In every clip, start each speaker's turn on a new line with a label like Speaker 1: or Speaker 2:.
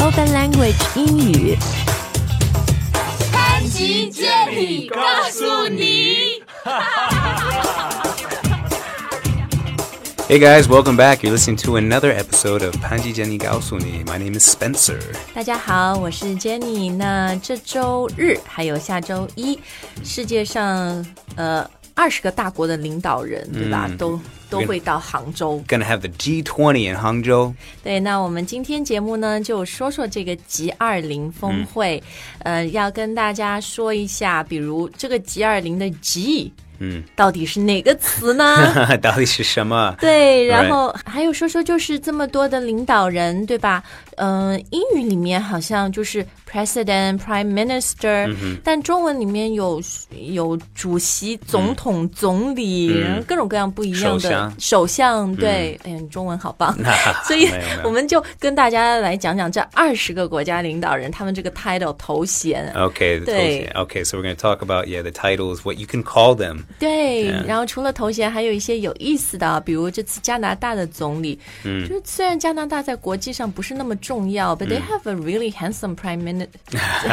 Speaker 1: Open Language 英语。
Speaker 2: 潘吉接力告诉你。
Speaker 3: Hey guys, welcome back. You're listening to another episode of Panji Jenny Gaosuni. My name is Spencer.
Speaker 1: 大家好，我是 Jenny。那这周日还有下周一，世界上呃二十个大国的领导人，嗯对吧？都都会到杭州。
Speaker 3: Gonna have the G20 in Hangzhou.
Speaker 1: 对，那我们今天节目呢，就说说这个 G 二零峰会。呃，要跟大家说一下，比如这个 G 二零的 G，嗯，到底是哪个词呢？
Speaker 3: 到底是什么？
Speaker 1: 对，然
Speaker 3: 啊 Right.
Speaker 1: 后还有说说，就是这么多的领导人，对吧？嗯、英语里面好像就是 president、prime minister，、但
Speaker 3: 嗯
Speaker 1: 中文里面有有主席、总统、总理，然后各种各样不一样的
Speaker 3: 嗯首相嗯
Speaker 1: 首相对，哎呀，你中文好 棒。所以
Speaker 3: 没有没有
Speaker 1: 我们就跟大家来讲讲这二十个国家领导人他们这个 title 头衔。
Speaker 3: Okay,
Speaker 1: 对。
Speaker 3: the 头衔. okay, so we're gonna talk about yeah the titles, what you can call them.
Speaker 1: 对
Speaker 3: Yeah.
Speaker 1: 然后除了头衔，还有一些有意思的啊，比如这次加拿大的总理，嗯，就是虽然加拿大在国际上不是那么重要、b u t they have a really handsome prime minister，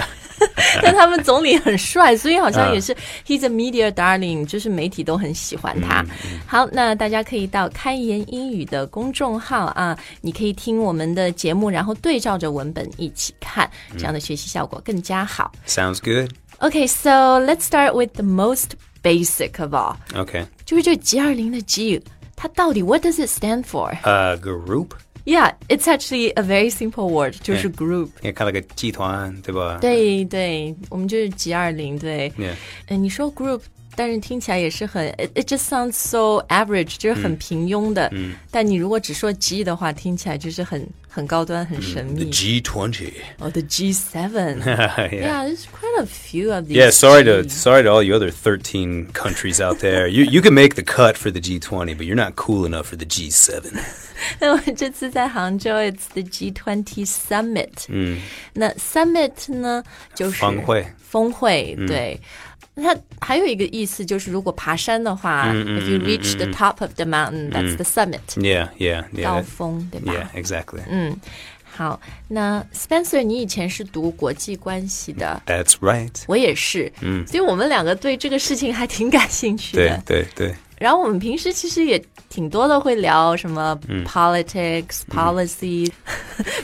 Speaker 1: 但他们总理很帅，所以好像 也是、he's a media darling，就是媒体都很喜欢他。好，那大家可以到开言英语的公众号啊，你可以听我们的节目，然后对照着文本一起看，这样的学习效果更加好。
Speaker 3: Sounds good.
Speaker 1: Okay, so let's start with the most basic of all.
Speaker 3: Okay.
Speaker 1: 就是这 G 二零的 G，它到底 What does it stand for?
Speaker 3: Uh, group.
Speaker 1: Yeah, it's actually a very simple word，就是
Speaker 3: 嗯
Speaker 1: group。
Speaker 3: Yeah, kind of like a 集团，对吧？
Speaker 1: 对对，我们就是 G 二零。对，
Speaker 3: Yeah.
Speaker 1: 嗯，你说 group，但是听起来也是很，it it just sounds so average，就是很平庸的。嗯。但你如果只说 G 的话，听起来就是很很高端、很神
Speaker 3: The
Speaker 1: 秘。
Speaker 3: G20.
Speaker 1: 哦，the G seven。
Speaker 3: yeah.
Speaker 1: Yeah, there's quite a few of these.
Speaker 3: Yeah, sorry to
Speaker 1: Gs.
Speaker 3: sorry to all you other thirteen countries out there. You you can make the cut for the G twenty, but you're not cool enough for the G seven.
Speaker 1: 那我这次在杭州，It's the G20 Summit。嗯，那 Summit 呢，就是
Speaker 3: 峰会嗯
Speaker 1: 峰会对。它还有一个意思就是，如果爬山的话、i
Speaker 3: 嗯
Speaker 1: f you reach the top of the mountain,、that's the summit，、
Speaker 3: Yeah, 嗯 yeah, yeah.
Speaker 1: 高
Speaker 3: that-
Speaker 1: 峰，对吧
Speaker 3: yeah, exactly.
Speaker 1: 好，那 Spencer，你以前是读国际关系的，
Speaker 3: That's right.
Speaker 1: 我也是，嗯，所以我们两个对这个事情还挺感兴趣的。
Speaker 3: 对对对，Yeah,
Speaker 1: 然后我们平时其实也挺多的，会聊什么
Speaker 3: 嗯
Speaker 1: politics、policy，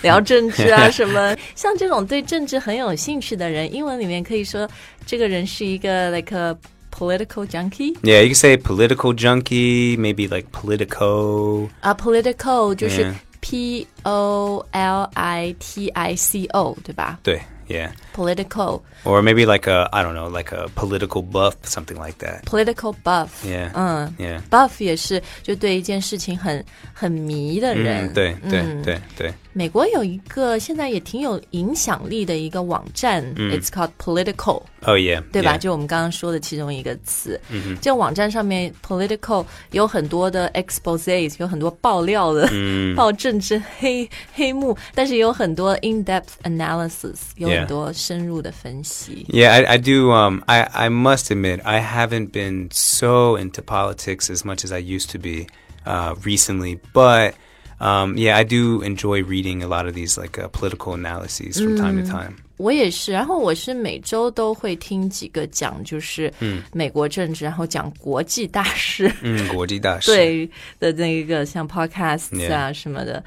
Speaker 1: 聊 政治 啊什么。像这种对政治很有兴趣的人，英文里面可以说这个人是一个 like a political junkie
Speaker 3: you can say political junkie, maybe like politico.
Speaker 1: 啊、p o l i t i c a l 就是
Speaker 3: Yeah.
Speaker 1: P O L I T I C O 对吧
Speaker 3: yeah.
Speaker 1: ？political
Speaker 3: Or maybe like a I don't know, like a political buff, something like that.
Speaker 1: political buff，
Speaker 3: Yeah.
Speaker 1: 嗯
Speaker 3: Yeah.
Speaker 1: ，buff 也是就对一件事情很很迷的人，
Speaker 3: Mm-hmm. 嗯，对对对对。
Speaker 1: 美国有一个现在也挺有影响力的一个网站、i t s called Political，
Speaker 3: Oh yeah.
Speaker 1: 对吧
Speaker 3: 嗯 yeah.
Speaker 1: 就我们刚刚说的其中一个词。这个网站上面 Political 有很多的 exposes，有很多爆料的、
Speaker 3: 嗯
Speaker 1: 爆政治黑黑幕，但是也有很多 in depth analysis，有
Speaker 3: Yeah
Speaker 1: 很多深入的分析。
Speaker 3: Yeah, I, I do. Um, I, I must admit, I haven't been so into politics as much as I used to be uh, recently. But um, yeah, I do enjoy reading a lot of these like uh, political analyses from time to time.
Speaker 1: 我也是，然后我是每周都会听几个讲，就是
Speaker 3: 嗯
Speaker 1: 美国政治，然后讲国际大事。
Speaker 3: Mm, 嗯，国际大事。
Speaker 1: 对的那个像 podcasts
Speaker 3: Yeah.
Speaker 1: 啊什么的。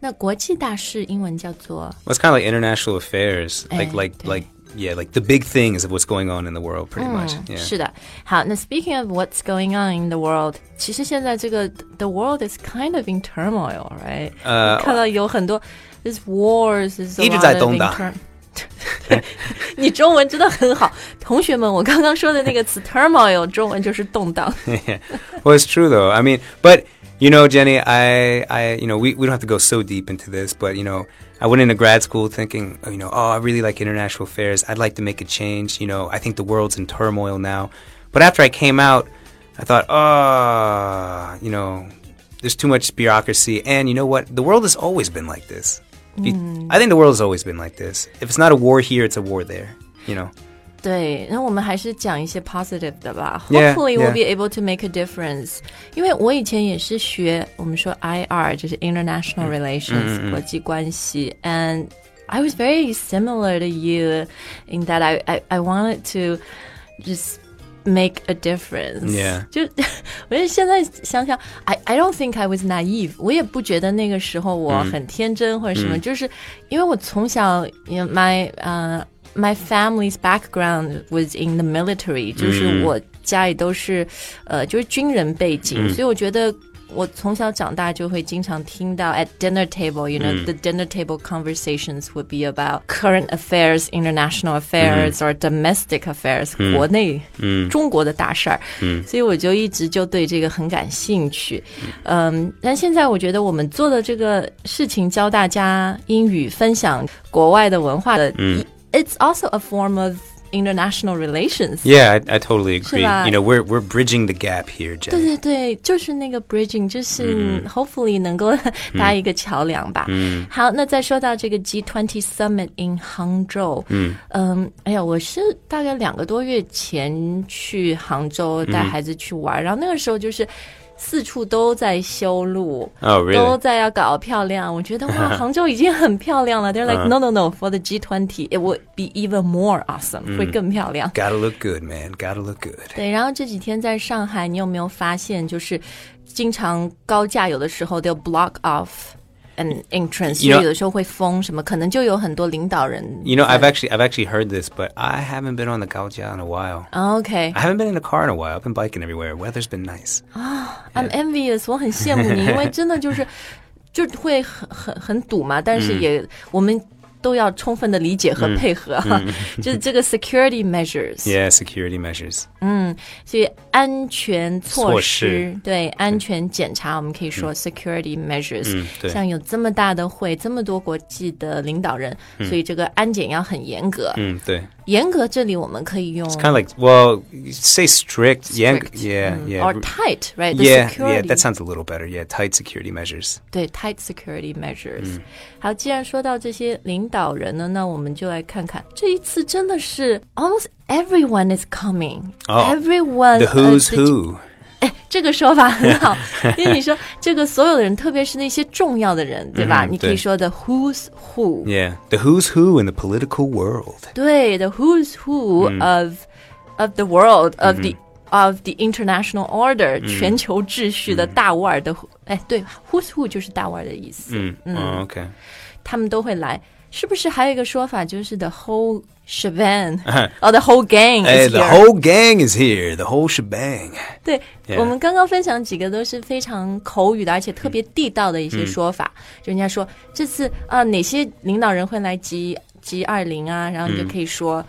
Speaker 1: 那国际大事英文叫做
Speaker 3: Well, it's kind of like international affairs,
Speaker 1: Eh,
Speaker 3: like like
Speaker 1: yeah.
Speaker 3: like yeah, like the big things of what's going on in the world, pretty much.
Speaker 1: 嗯
Speaker 3: Yeah.
Speaker 1: 是的。好，那 speaking of what's going on in the world，其实现在这个 the world is kind of in turmoil，right？
Speaker 3: 呃
Speaker 1: 看到有很多 this wars is
Speaker 3: 一直在动荡。
Speaker 1: 对， 你中文真的很好，同学们，我刚刚说的那个词 turmoil，中文就是动荡。
Speaker 3: Well, it's true though. I mean, but you know, Jenny, I, I, you know, we, we don't have to go so deep into this, but you know, I went into grad school thinking, you know, oh, I really like international affairs. I'd like to make a change. You know, I think the world's in turmoil now. But after I came out, I thought, ah, you know, there's too much bureaucracy, and you know what? The world has always been like this. If you- I think the world has always been like this. If it's not a war here, it's a war there. You know.
Speaker 1: 对，那我们还是讲一些 positive 的吧。
Speaker 3: Yeah,
Speaker 1: Hopefully we'll
Speaker 3: yeah.
Speaker 1: be able to make a difference。因为我以前也是
Speaker 3: Mm，
Speaker 1: 学我们说 IR，就是 international relations、国际关系，and I was very similar to you in that I, I, I wanted to just make a difference.
Speaker 3: Yeah.
Speaker 1: 就 我觉得现在想想，I I don't think I was naive。我也不觉得那个时候我很天真或者什么，就是因为我从小，you know, my 呃、my family's background was in the military，就是我家里都是呃就是军人背景，所以我觉得。我从小长大就会经常听到 at dinner table, you know, the dinner table conversations would be about current affairs, international affairs, or domestic affairs，、国内、中国的大事儿。所以我就一直就对这个很感兴趣。嗯，但现在我觉得我们做的这个事情，教大家英语，分享国外的文化的、i t s also a form of international relations。
Speaker 3: Yeah, I, I totally agree.
Speaker 1: I-
Speaker 3: You know, we're we're bridging the gap
Speaker 1: 对
Speaker 3: here, Jenny.
Speaker 1: 对对，就是那个 bridging，就是嗯 hopefully 能够搭一个桥梁吧。嗯，好，那再说到这个 G20 Summit in 杭州，嗯哎呀，我是大概两个多月前去杭州带孩子去玩，然后那个时候就是四处都在修路。
Speaker 3: Oh,
Speaker 1: 都
Speaker 3: really?
Speaker 1: 在要搞漂亮，我觉得哇， 杭州已经很漂亮了。They're like no no no for the G20, it would be even more awesome，、会更漂亮。
Speaker 3: Gotta look good, man. Gotta look good.
Speaker 1: 对，然后这几天在上海，你有没有发现，就是经常高架有的时候 they'll block off an entrance，所
Speaker 3: You know-
Speaker 1: 以有的时候会封什么，可能就有很多领导人。
Speaker 3: You know, I've actually I've actually heard this, but I haven't been on the Gaojia in a while.
Speaker 1: OK,
Speaker 3: I haven't been in a car in a while. I've been biking everywhere. Weather's been nice.
Speaker 1: I'm envious，我很羡慕你，因为真的就是就会很很很堵嘛，但
Speaker 3: 嗯
Speaker 1: 是也、我们都要充分的理解和配合哈，
Speaker 3: 嗯
Speaker 1: 就是这个 security measures。
Speaker 3: Yeah, security measures.
Speaker 1: 所以安全措
Speaker 3: 措
Speaker 1: 施
Speaker 3: 施
Speaker 1: 对安全检查，我们可以说 security measures、
Speaker 3: 嗯对
Speaker 1: 像有这么大的会，这么多国际的领导人，所以这个安检要很严格。
Speaker 3: Mm, 对.
Speaker 1: 严格这里我们可以用
Speaker 3: Kind of like well, you say strict. Mm-hmm.
Speaker 1: strict，
Speaker 3: Yeah,
Speaker 1: mm,
Speaker 3: yeah,
Speaker 1: or
Speaker 3: yeah.
Speaker 1: tight right the
Speaker 3: Yeah,
Speaker 1: security
Speaker 3: yeah, that sounds a little better. Yeah, tight security measures.
Speaker 1: 对 tight security measures、好，既然说到这些领导人呢，那我们就来看看这一次真的是 almost everyone is coming、
Speaker 3: 哦
Speaker 1: everyone
Speaker 3: Oh， The who's
Speaker 1: uh, the-
Speaker 3: who.
Speaker 1: 这个说法很 好，因为你说这个所有的人，特别是那些重要的人，对吧？
Speaker 3: 嗯
Speaker 1: 你可以
Speaker 3: 对
Speaker 1: 说的 who's who，
Speaker 3: Yeah, the who's who in the political world.
Speaker 1: 对，the who's who
Speaker 3: 嗯
Speaker 1: of of the world of the of the international order，全
Speaker 3: 嗯
Speaker 1: 球秩序的大腕儿的，哎，对，who's who 就是大腕儿的意思，
Speaker 3: Mm. Oh, okay.
Speaker 1: 他们都会来。是不是还有一个说法，就是 the whole shebang，哦、t h e whole gang
Speaker 3: Hey,
Speaker 1: is
Speaker 3: the
Speaker 1: here
Speaker 3: 嗯 whole gang is here. The whole shebang.
Speaker 1: 对
Speaker 3: Yeah.
Speaker 1: 我们刚刚分享几个都是非常口语的，而且特别地道的一些说法。就人家说这次啊、呃哪些领导人会来 G G 二零啊，然后你就可以说、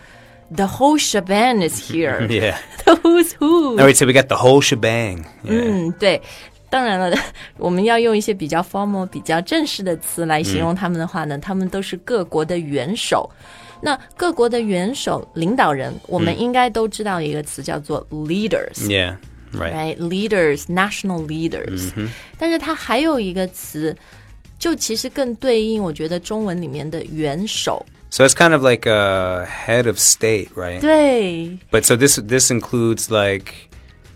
Speaker 1: The whole shebang is here,
Speaker 3: Yeah.
Speaker 1: the who's who。
Speaker 3: All right, so we got the whole shebang. Yeah.
Speaker 1: 嗯，对。当然了，我们要用一些比较 formal、比较正式的词来形容他们的话呢，他们都是各国的元首。那各国的元首、领导人，我们应该都知道一个词叫做 leaders。
Speaker 3: Yeah. Right. Mm-hmm.
Speaker 1: right leaders national leaders，、但是它还有一个词，就其实更对应我觉得中文里面的元首，
Speaker 3: So it's kind of like a head of state, right?
Speaker 1: 对
Speaker 3: But so this this includes like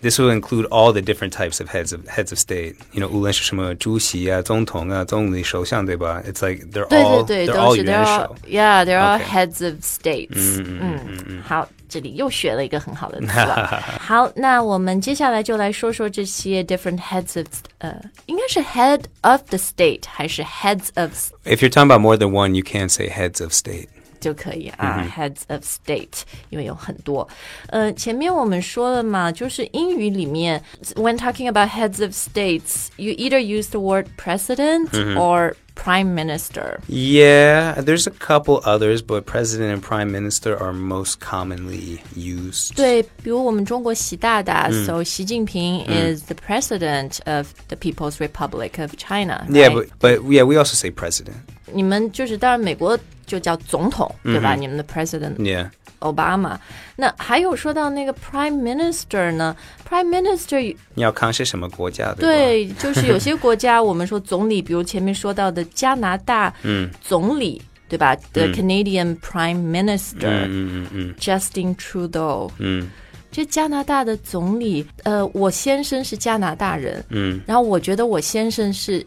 Speaker 3: this will include all the different types of heads of heads of state. You know, 无论是什么主席啊、总统啊、总理、首相，对吧？It's like they're
Speaker 1: 对
Speaker 3: all
Speaker 1: 对对，
Speaker 3: they're
Speaker 1: 都
Speaker 3: all
Speaker 1: 是 they're all yeah they're all
Speaker 3: Okay. Mm-hmm,
Speaker 1: heads of states，嗯好。这里又学了一个很好的词 了。好，那我们接下来就来说说这些 different heads of，呃，应该是 head of the state 还是 heads of
Speaker 3: If you're talking about more than one, you can say heads of state.
Speaker 1: 就可以啊、h e a d s of state，因为有很多。呃，前面我们说了嘛，就是英语里面，when talking about heads of states，you either use the word president or prime minister。
Speaker 3: Yeah, there's a couple others, but president and prime minister are most commonly used.
Speaker 1: 对，比如我们中国习大大、s o 习近平 is the president of the People's Republic of China、
Speaker 3: Yeah, but but yeah, we also say president.
Speaker 1: 你们就是当然美国就叫总统，对吧？你们的 president
Speaker 3: Yeah.
Speaker 1: 奥巴马。那还有说到那个 prime minister 呢？prime minister
Speaker 3: 你要看是什么国家，对吧？
Speaker 1: 对，就是有些国家，我们说总理，比如前面说到的加拿大，嗯，总理对吧？The Canadian Prime Minister，嗯嗯嗯，Justin Trudeau，嗯。这加拿大的总理，呃，我先生是加拿大人，嗯，然后我觉得我先生是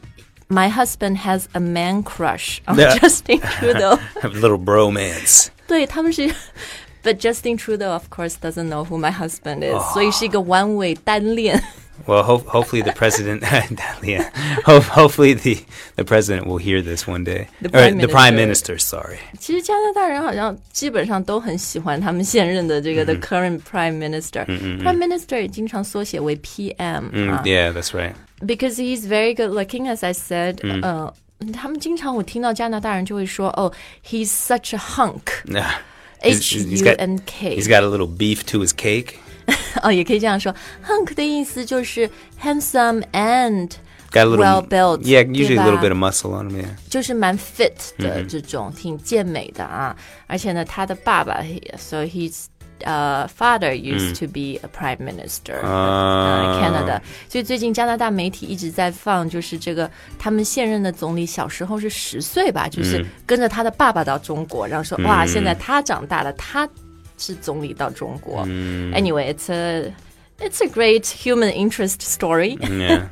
Speaker 1: My husband has a man crush on Justin Trudeau.
Speaker 3: Have a little bromance.
Speaker 1: 对，他们是- But Justin Trudeau, of course, doesn't know who my husband is. 所以是一个 one way 单恋。
Speaker 3: Well, ho- hopefully the president, yeah, ho- hopefully the, the president will hear this one day.
Speaker 1: The
Speaker 3: Or
Speaker 1: prime
Speaker 3: the prime
Speaker 1: minister.
Speaker 3: minister, sorry.
Speaker 1: 其实加拿大人好像基本上都很喜欢他们现任的这个 the current prime minister。prime minister 也经常缩写为 PM、
Speaker 3: Mm,
Speaker 1: 啊
Speaker 3: Yeah, that's right.
Speaker 1: because he's very good looking, as I said、呃，他们经常我听到加拿大人就会说，哦、h e s such a hunk。
Speaker 3: Yeah. He's-
Speaker 1: H
Speaker 3: he's- he's
Speaker 1: U
Speaker 3: got-
Speaker 1: N K，
Speaker 3: He's got a little beef to his cake.
Speaker 1: 哦，也可以这样说。Hunk 的意思就是 handsome and
Speaker 3: Got a little
Speaker 1: well built，
Speaker 3: Yeah, usually a
Speaker 1: 对
Speaker 3: little
Speaker 1: 吧
Speaker 3: bit of muscle on him. Yeah.
Speaker 1: 就是蛮 fit 的这种，挺健美的啊。而且呢，他的爸爸，so he's 呃、father used to be a prime minister、，uh,
Speaker 3: 啊
Speaker 1: Canada，所以最近加拿大媒体一直在放，就是这个他们现任的总理小时候是十岁吧，就是跟着他的爸爸到中国，然后说哇，现在他长大了，他是总理到中国。Anyway，it's a it's a great human interest story、
Speaker 3: Um, Yeah.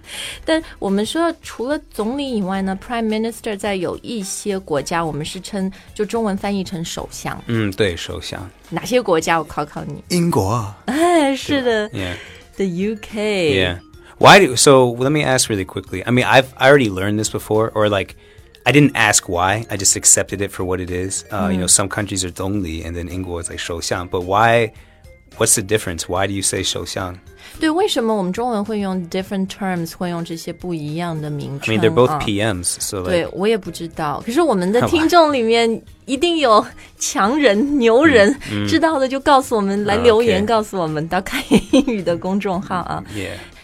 Speaker 1: 但我们说，除了总理以外呢，Prime Minister 在有一些国家，我们是称就中文翻译成首相。
Speaker 3: mm, 对，首相。
Speaker 1: 哪些国家？我考考你。
Speaker 3: 英国。
Speaker 1: 哎，是的
Speaker 3: Yeah.
Speaker 1: ，The UK。
Speaker 3: Yeah. Why do so? Let me ask really quickly. I mean, I've I already learned this before, or like, I didn't ask why. I just accepted it for what it is. Uh, You know, some countries are Dongli, and then Ingwo is like Shouxiang. But why? What's the difference? Why do you say Shouxiang?
Speaker 1: 对，为什么我们中文会用 different terms，会用这些不一样的名称
Speaker 3: I mean, they're both
Speaker 1: 啊
Speaker 3: PMs, so
Speaker 1: 对
Speaker 3: like,
Speaker 1: 我也不知道，可是我们的
Speaker 3: 好吧
Speaker 1: 听众里面一定有强人、牛人，知道的就告诉我们，来
Speaker 3: 嗯啊
Speaker 1: 留
Speaker 3: OK
Speaker 1: 言告诉我们，到开言英语的公众号啊。
Speaker 3: yeah,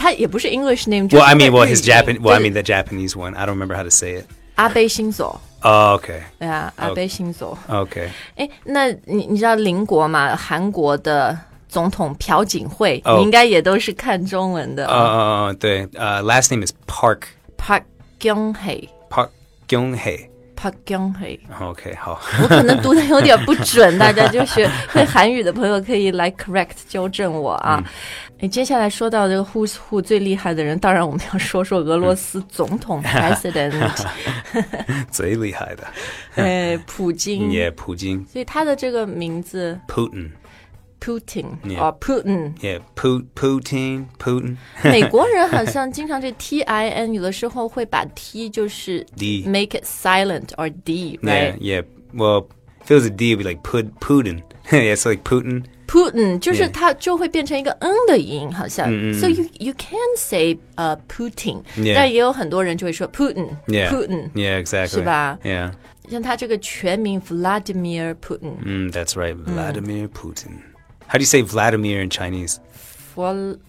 Speaker 1: 他也不是 English name，
Speaker 3: Well, I mean, well, his
Speaker 1: Japanese，
Speaker 3: Japan. Well, I mean, the Japanese one. I don't remember how to say it.
Speaker 1: 阿贝新佐，
Speaker 3: Oh, okay,
Speaker 1: 对啊，阿贝新佐。
Speaker 3: okay.
Speaker 1: 哎，那你你知道邻国嘛？韩国的总统朴槿惠，
Speaker 3: 哦
Speaker 1: 你应该也都是看中文的。
Speaker 3: Uh, the last name is Park
Speaker 1: Park Kyung Hee。
Speaker 3: Park Kyung Hee.
Speaker 1: Park Kyung Hee，
Speaker 3: Okay, oh,
Speaker 1: 我可能读的有点不准，大家就是会韩语的朋友可以来 correct 纠正我啊。哎，接下来说到这个 Who's Who 最厉害的人，当然我们要说说俄罗斯总统 President，
Speaker 3: 好，最厉害的。
Speaker 1: 哎，普京。
Speaker 3: Yeah, Putin.
Speaker 1: 所以他的这个名字
Speaker 3: Putin.
Speaker 1: Putin
Speaker 3: Yeah
Speaker 1: 哦 Putin，
Speaker 3: Yeah, Pu Putin. Putin.
Speaker 1: 美国人好像经常这 T I N 有的时候会把 T 就是
Speaker 3: D
Speaker 1: make it silent or D
Speaker 3: Yeah,
Speaker 1: right
Speaker 3: yeah. Well, if it was a D, it'd be like Pud Putin. yeah, it's like Putin.
Speaker 1: Putin 就是
Speaker 3: Yeah
Speaker 1: 它就会变成一个 n 的音，好像。So you you can say 呃、Putin，
Speaker 3: 嗯 Yeah
Speaker 1: 但也有很多人就会说 Putin
Speaker 3: Yeah.
Speaker 1: Putin，
Speaker 3: Yeah, exactly.
Speaker 1: 是吧？
Speaker 3: Yeah.
Speaker 1: 像他这个全名 Vladimir Putin，
Speaker 3: Mm, that's right. Vladimir Putin. How do you say Vladimir in Chinese?
Speaker 1: 弗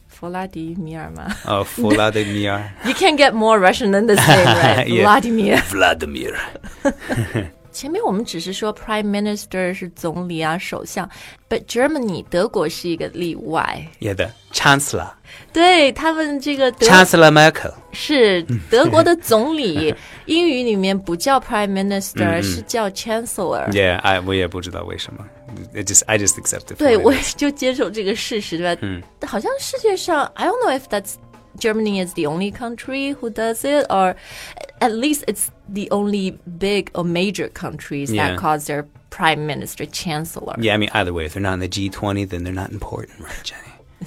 Speaker 1: 弗拉迪米尔嘛。
Speaker 3: Oh, Vladimir.
Speaker 1: You can get more Russian than this name, right?
Speaker 3: Yeah
Speaker 1: Vladimir。
Speaker 3: Vladimir.
Speaker 1: 前面我们只是说 Prime Minister 是总理啊、首相，But Germany 德国是一个例外，
Speaker 3: Yeah, the Chancellor.
Speaker 1: 对他们这个德
Speaker 3: Chancellor Merkel.
Speaker 1: 是德国的总
Speaker 3: 嗯
Speaker 1: 理， 英语里面不叫 Prime Minister，是叫 Chancellor。
Speaker 3: Yeah, I, 我也不知道为什么. It just, I just accept it. for
Speaker 1: 对，
Speaker 3: what it
Speaker 1: 我
Speaker 3: is.
Speaker 1: 也就接受这个事实，对吧？嗯，好像世界上，I don't know if that's Germany is the only country who does it, or at least it's the only big or major countries that
Speaker 3: Yeah.
Speaker 1: calls their prime minister chancellor.
Speaker 3: Yeah, I mean, either way, if they're not in the G20, then they're not important, right, Jenny?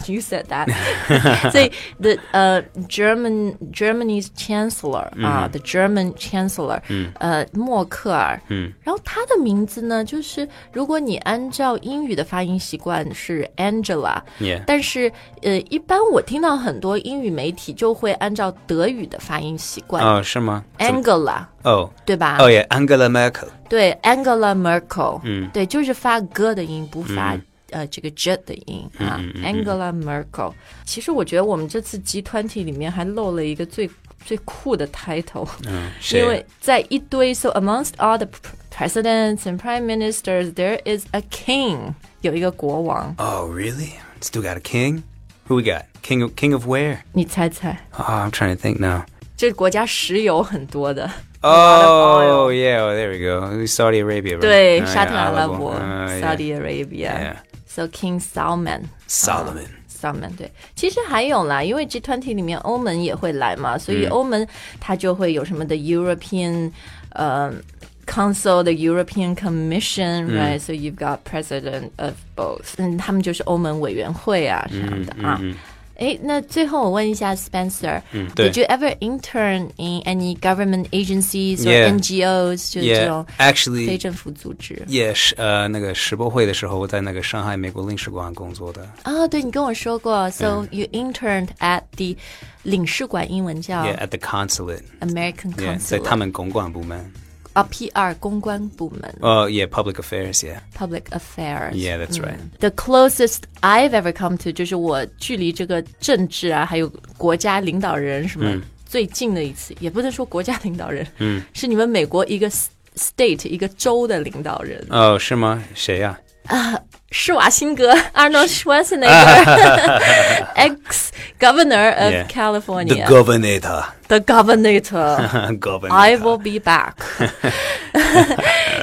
Speaker 1: You said that. 所以 the 呃、German Germany's chancellor 啊、t h e German chancellor，呃，默克尔。嗯，然后他的名字呢，就是如果你按照英语的发音习惯是 Angela，
Speaker 3: Yeah.
Speaker 1: 但是呃，一般我听到很多英语媒体就会按照德语的发音习惯、
Speaker 3: Oh, 是吗?
Speaker 1: Angela，
Speaker 3: Oh.
Speaker 1: 对吧？
Speaker 3: Oh, yeah, Angela Merkel.
Speaker 1: 对，Angela Merkel，嗯，对，就是发 g 的音，不发、
Speaker 3: 嗯
Speaker 1: 呃这个 j 的音啊、a n g e l a Merkel。其实我觉得我们这次集团体里面还漏了一个最最酷的 title，、
Speaker 3: 嗯，
Speaker 1: 因
Speaker 3: 谁
Speaker 1: 为在一堆 so amongst all the pr- presidents and prime ministers there is a king，有一个国王，
Speaker 3: Oh, really? Still got a king? Who we got? King of king of where?
Speaker 1: 你猜猜，
Speaker 3: Oh, I'm trying to think now.
Speaker 1: 这个国家石油很多的，
Speaker 3: 嗯 Oh, yeah. Well, there we go. Saudi Arabia. Right?
Speaker 1: 对
Speaker 3: Oh,，yeah,
Speaker 1: 沙特阿拉
Speaker 3: Arab.
Speaker 1: 伯
Speaker 3: Oh, yeah.
Speaker 1: ，Saudi
Speaker 3: Yeah.
Speaker 1: Arabia，so King Salman。
Speaker 3: Solomon.
Speaker 1: Salmon 对，其实还有啦，因为 G20 里面欧盟也会来嘛，所以欧盟它就会有什么的 European，呃、Council 的 European Commission，right？So、you've got President of both，嗯，他们就是欧盟委员会啊什么的啊。诶，那最后我问一下 Spencer，、
Speaker 3: 对
Speaker 1: Did you ever intern in any government agencies or
Speaker 3: Yeah.
Speaker 1: NGOs？就是这
Speaker 3: Yeah.
Speaker 1: 种非
Speaker 3: Actually,
Speaker 1: 政府组织
Speaker 3: yeah. uh, 是呃，那个世博会的时候，我在那个上海美国领事馆工作的。
Speaker 1: 啊对你跟我说过，so you interned at the 领事馆，英文叫
Speaker 3: Yeah, at the consulate.
Speaker 1: American
Speaker 3: Yeah, 在
Speaker 1: Oh. Consulate
Speaker 3: 他们公关部门。
Speaker 1: 啊，PR 公关部门
Speaker 3: Oh, yeah, public affairs. Yeah.
Speaker 1: Public Affairs。Mm.
Speaker 3: Yeah, that's right.
Speaker 1: The closest I've ever come to 就是我距离这个政治啊，还有国家领导人什
Speaker 3: Mm.
Speaker 1: 么最近的一次，也不能说国家领导 人，嗯，是你们美国一个 s- state 一个州的领导人，
Speaker 3: 哦，是吗？谁呀？
Speaker 1: 施瓦辛 格 Arnold Schwarzenegger ex Governor of
Speaker 3: Yeah.
Speaker 1: California
Speaker 3: governor.
Speaker 1: the Governor。
Speaker 3: governor.
Speaker 1: I will be back 。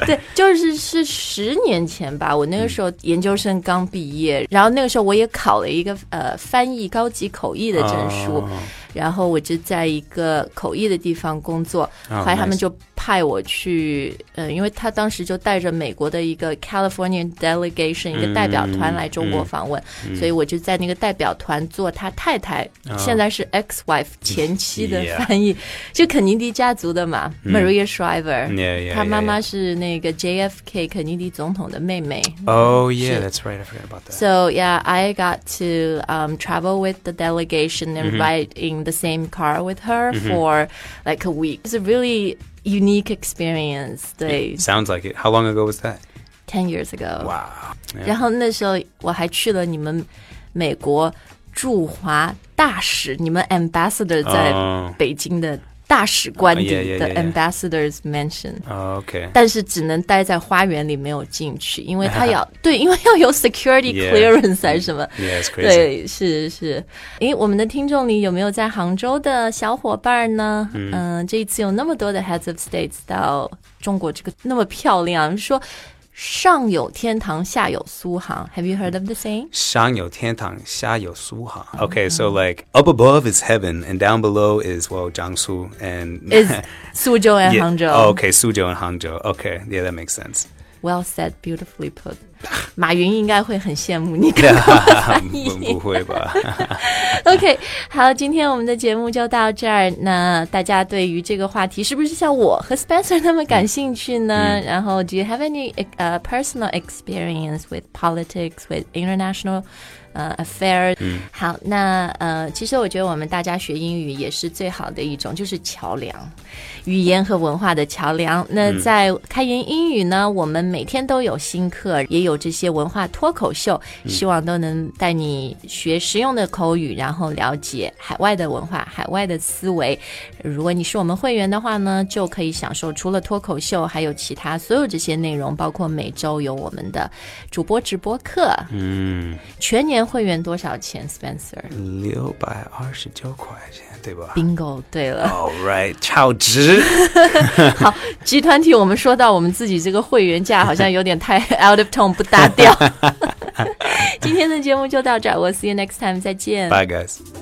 Speaker 1: 对，就是是十年前吧，我那
Speaker 3: 嗯
Speaker 1: 个时候研究生刚毕业，然后那个时候我也考了一个呃翻译高级口译的证书，
Speaker 3: 哦
Speaker 1: 然后我就在一个口译的地方工作，
Speaker 3: 哦
Speaker 1: 后来他们
Speaker 3: nice
Speaker 1: 就派我去，呃，因为他当时就带着美国的一个 California delegation 一个代表
Speaker 3: 嗯
Speaker 1: 团来中国访问，所以我就在那个代表团做他太太，
Speaker 3: 啊
Speaker 1: 现在是 ex wife 前妻的
Speaker 3: Yeah
Speaker 1: 翻译， 就肯尼迪家族的嘛、m a r i a Shriver，
Speaker 3: Yeah, yeah,
Speaker 1: 她妈
Speaker 3: yeah,
Speaker 1: 妈
Speaker 3: yeah.
Speaker 1: 是那个 JFK 肯尼迪总统的妹妹。
Speaker 3: Oh, yeah,
Speaker 1: 是
Speaker 3: that's right. I forgot about that.
Speaker 1: So yeah, I got to um, travel with the delegation and
Speaker 3: Mm-hmm。
Speaker 1: ride in the same car with her for like a week. It's a really unique experience. 对
Speaker 3: Sounds like it. How long ago was that?
Speaker 1: ，ten years ago.
Speaker 3: Wow.
Speaker 1: 然后那时候我还去了你们美国驻华大使，你们 ambassador 在
Speaker 3: 哦啊
Speaker 1: 北京的大使官邸
Speaker 3: Yeah, yeah,
Speaker 1: 的
Speaker 3: yeah, yeah.
Speaker 1: ambassador's mansion。
Speaker 3: Oh, Okay.
Speaker 1: 但是只能待在花园里，没有进去，因为他 要对，因为要有 security
Speaker 3: Yeah. 嗯
Speaker 1: clearance 还是什么
Speaker 3: Yeah, it's crazy.
Speaker 1: 对，是是。诶，我们的听众里有没有在杭州的小伙伴呢？嗯、这一次有那么多的 heads of states 到中国，这个那么漂亮，说上有天堂，下有苏杭。Have you heard of the saying？
Speaker 3: 上有天堂，下有苏杭. Okay, so like up above is heaven, and down below is well Jiangsu and
Speaker 1: Is 苏州 and
Speaker 3: yeah.
Speaker 1: 杭州
Speaker 3: Oh, okay, Suzhou and Hangzhou. Okay, yeah, that makes sense.
Speaker 1: Well said, beautifully put。马云应该会很羡慕你刚
Speaker 3: Um, 不不会吧？
Speaker 1: OK，好，今天我们的节目就到这儿。那大家对于这个话题是不是像我和 Spencer 那么感兴趣呢？然后，Do you have any 呃、personal experience with politics, with international 呃、affairs？、好，那呃，其实我觉得我们大家学英语也是最好的一种，就是桥梁，语言和文化的桥梁。那在开言英语呢，我们每天都有新课，也有这些文化脱口秀，希望都能带你学实用的口语，然后了解海外的文化、海外的思维。如果你是我们会员的话呢，就可以享受除了脱口秀，还有其他所有这些内容，包括每周有我们的主播直播课。嗯，全年会员多少钱，Spencer？
Speaker 3: 嗯六百二十九块钱，对吧？
Speaker 1: bingo，对了。
Speaker 3: All right, 超值。
Speaker 1: 集团体，我们说到我们自己这个会员价好像有点太 out of tone，不搭调。今天的节目就到这儿，我 see you next time，再见。
Speaker 3: Bye, guys.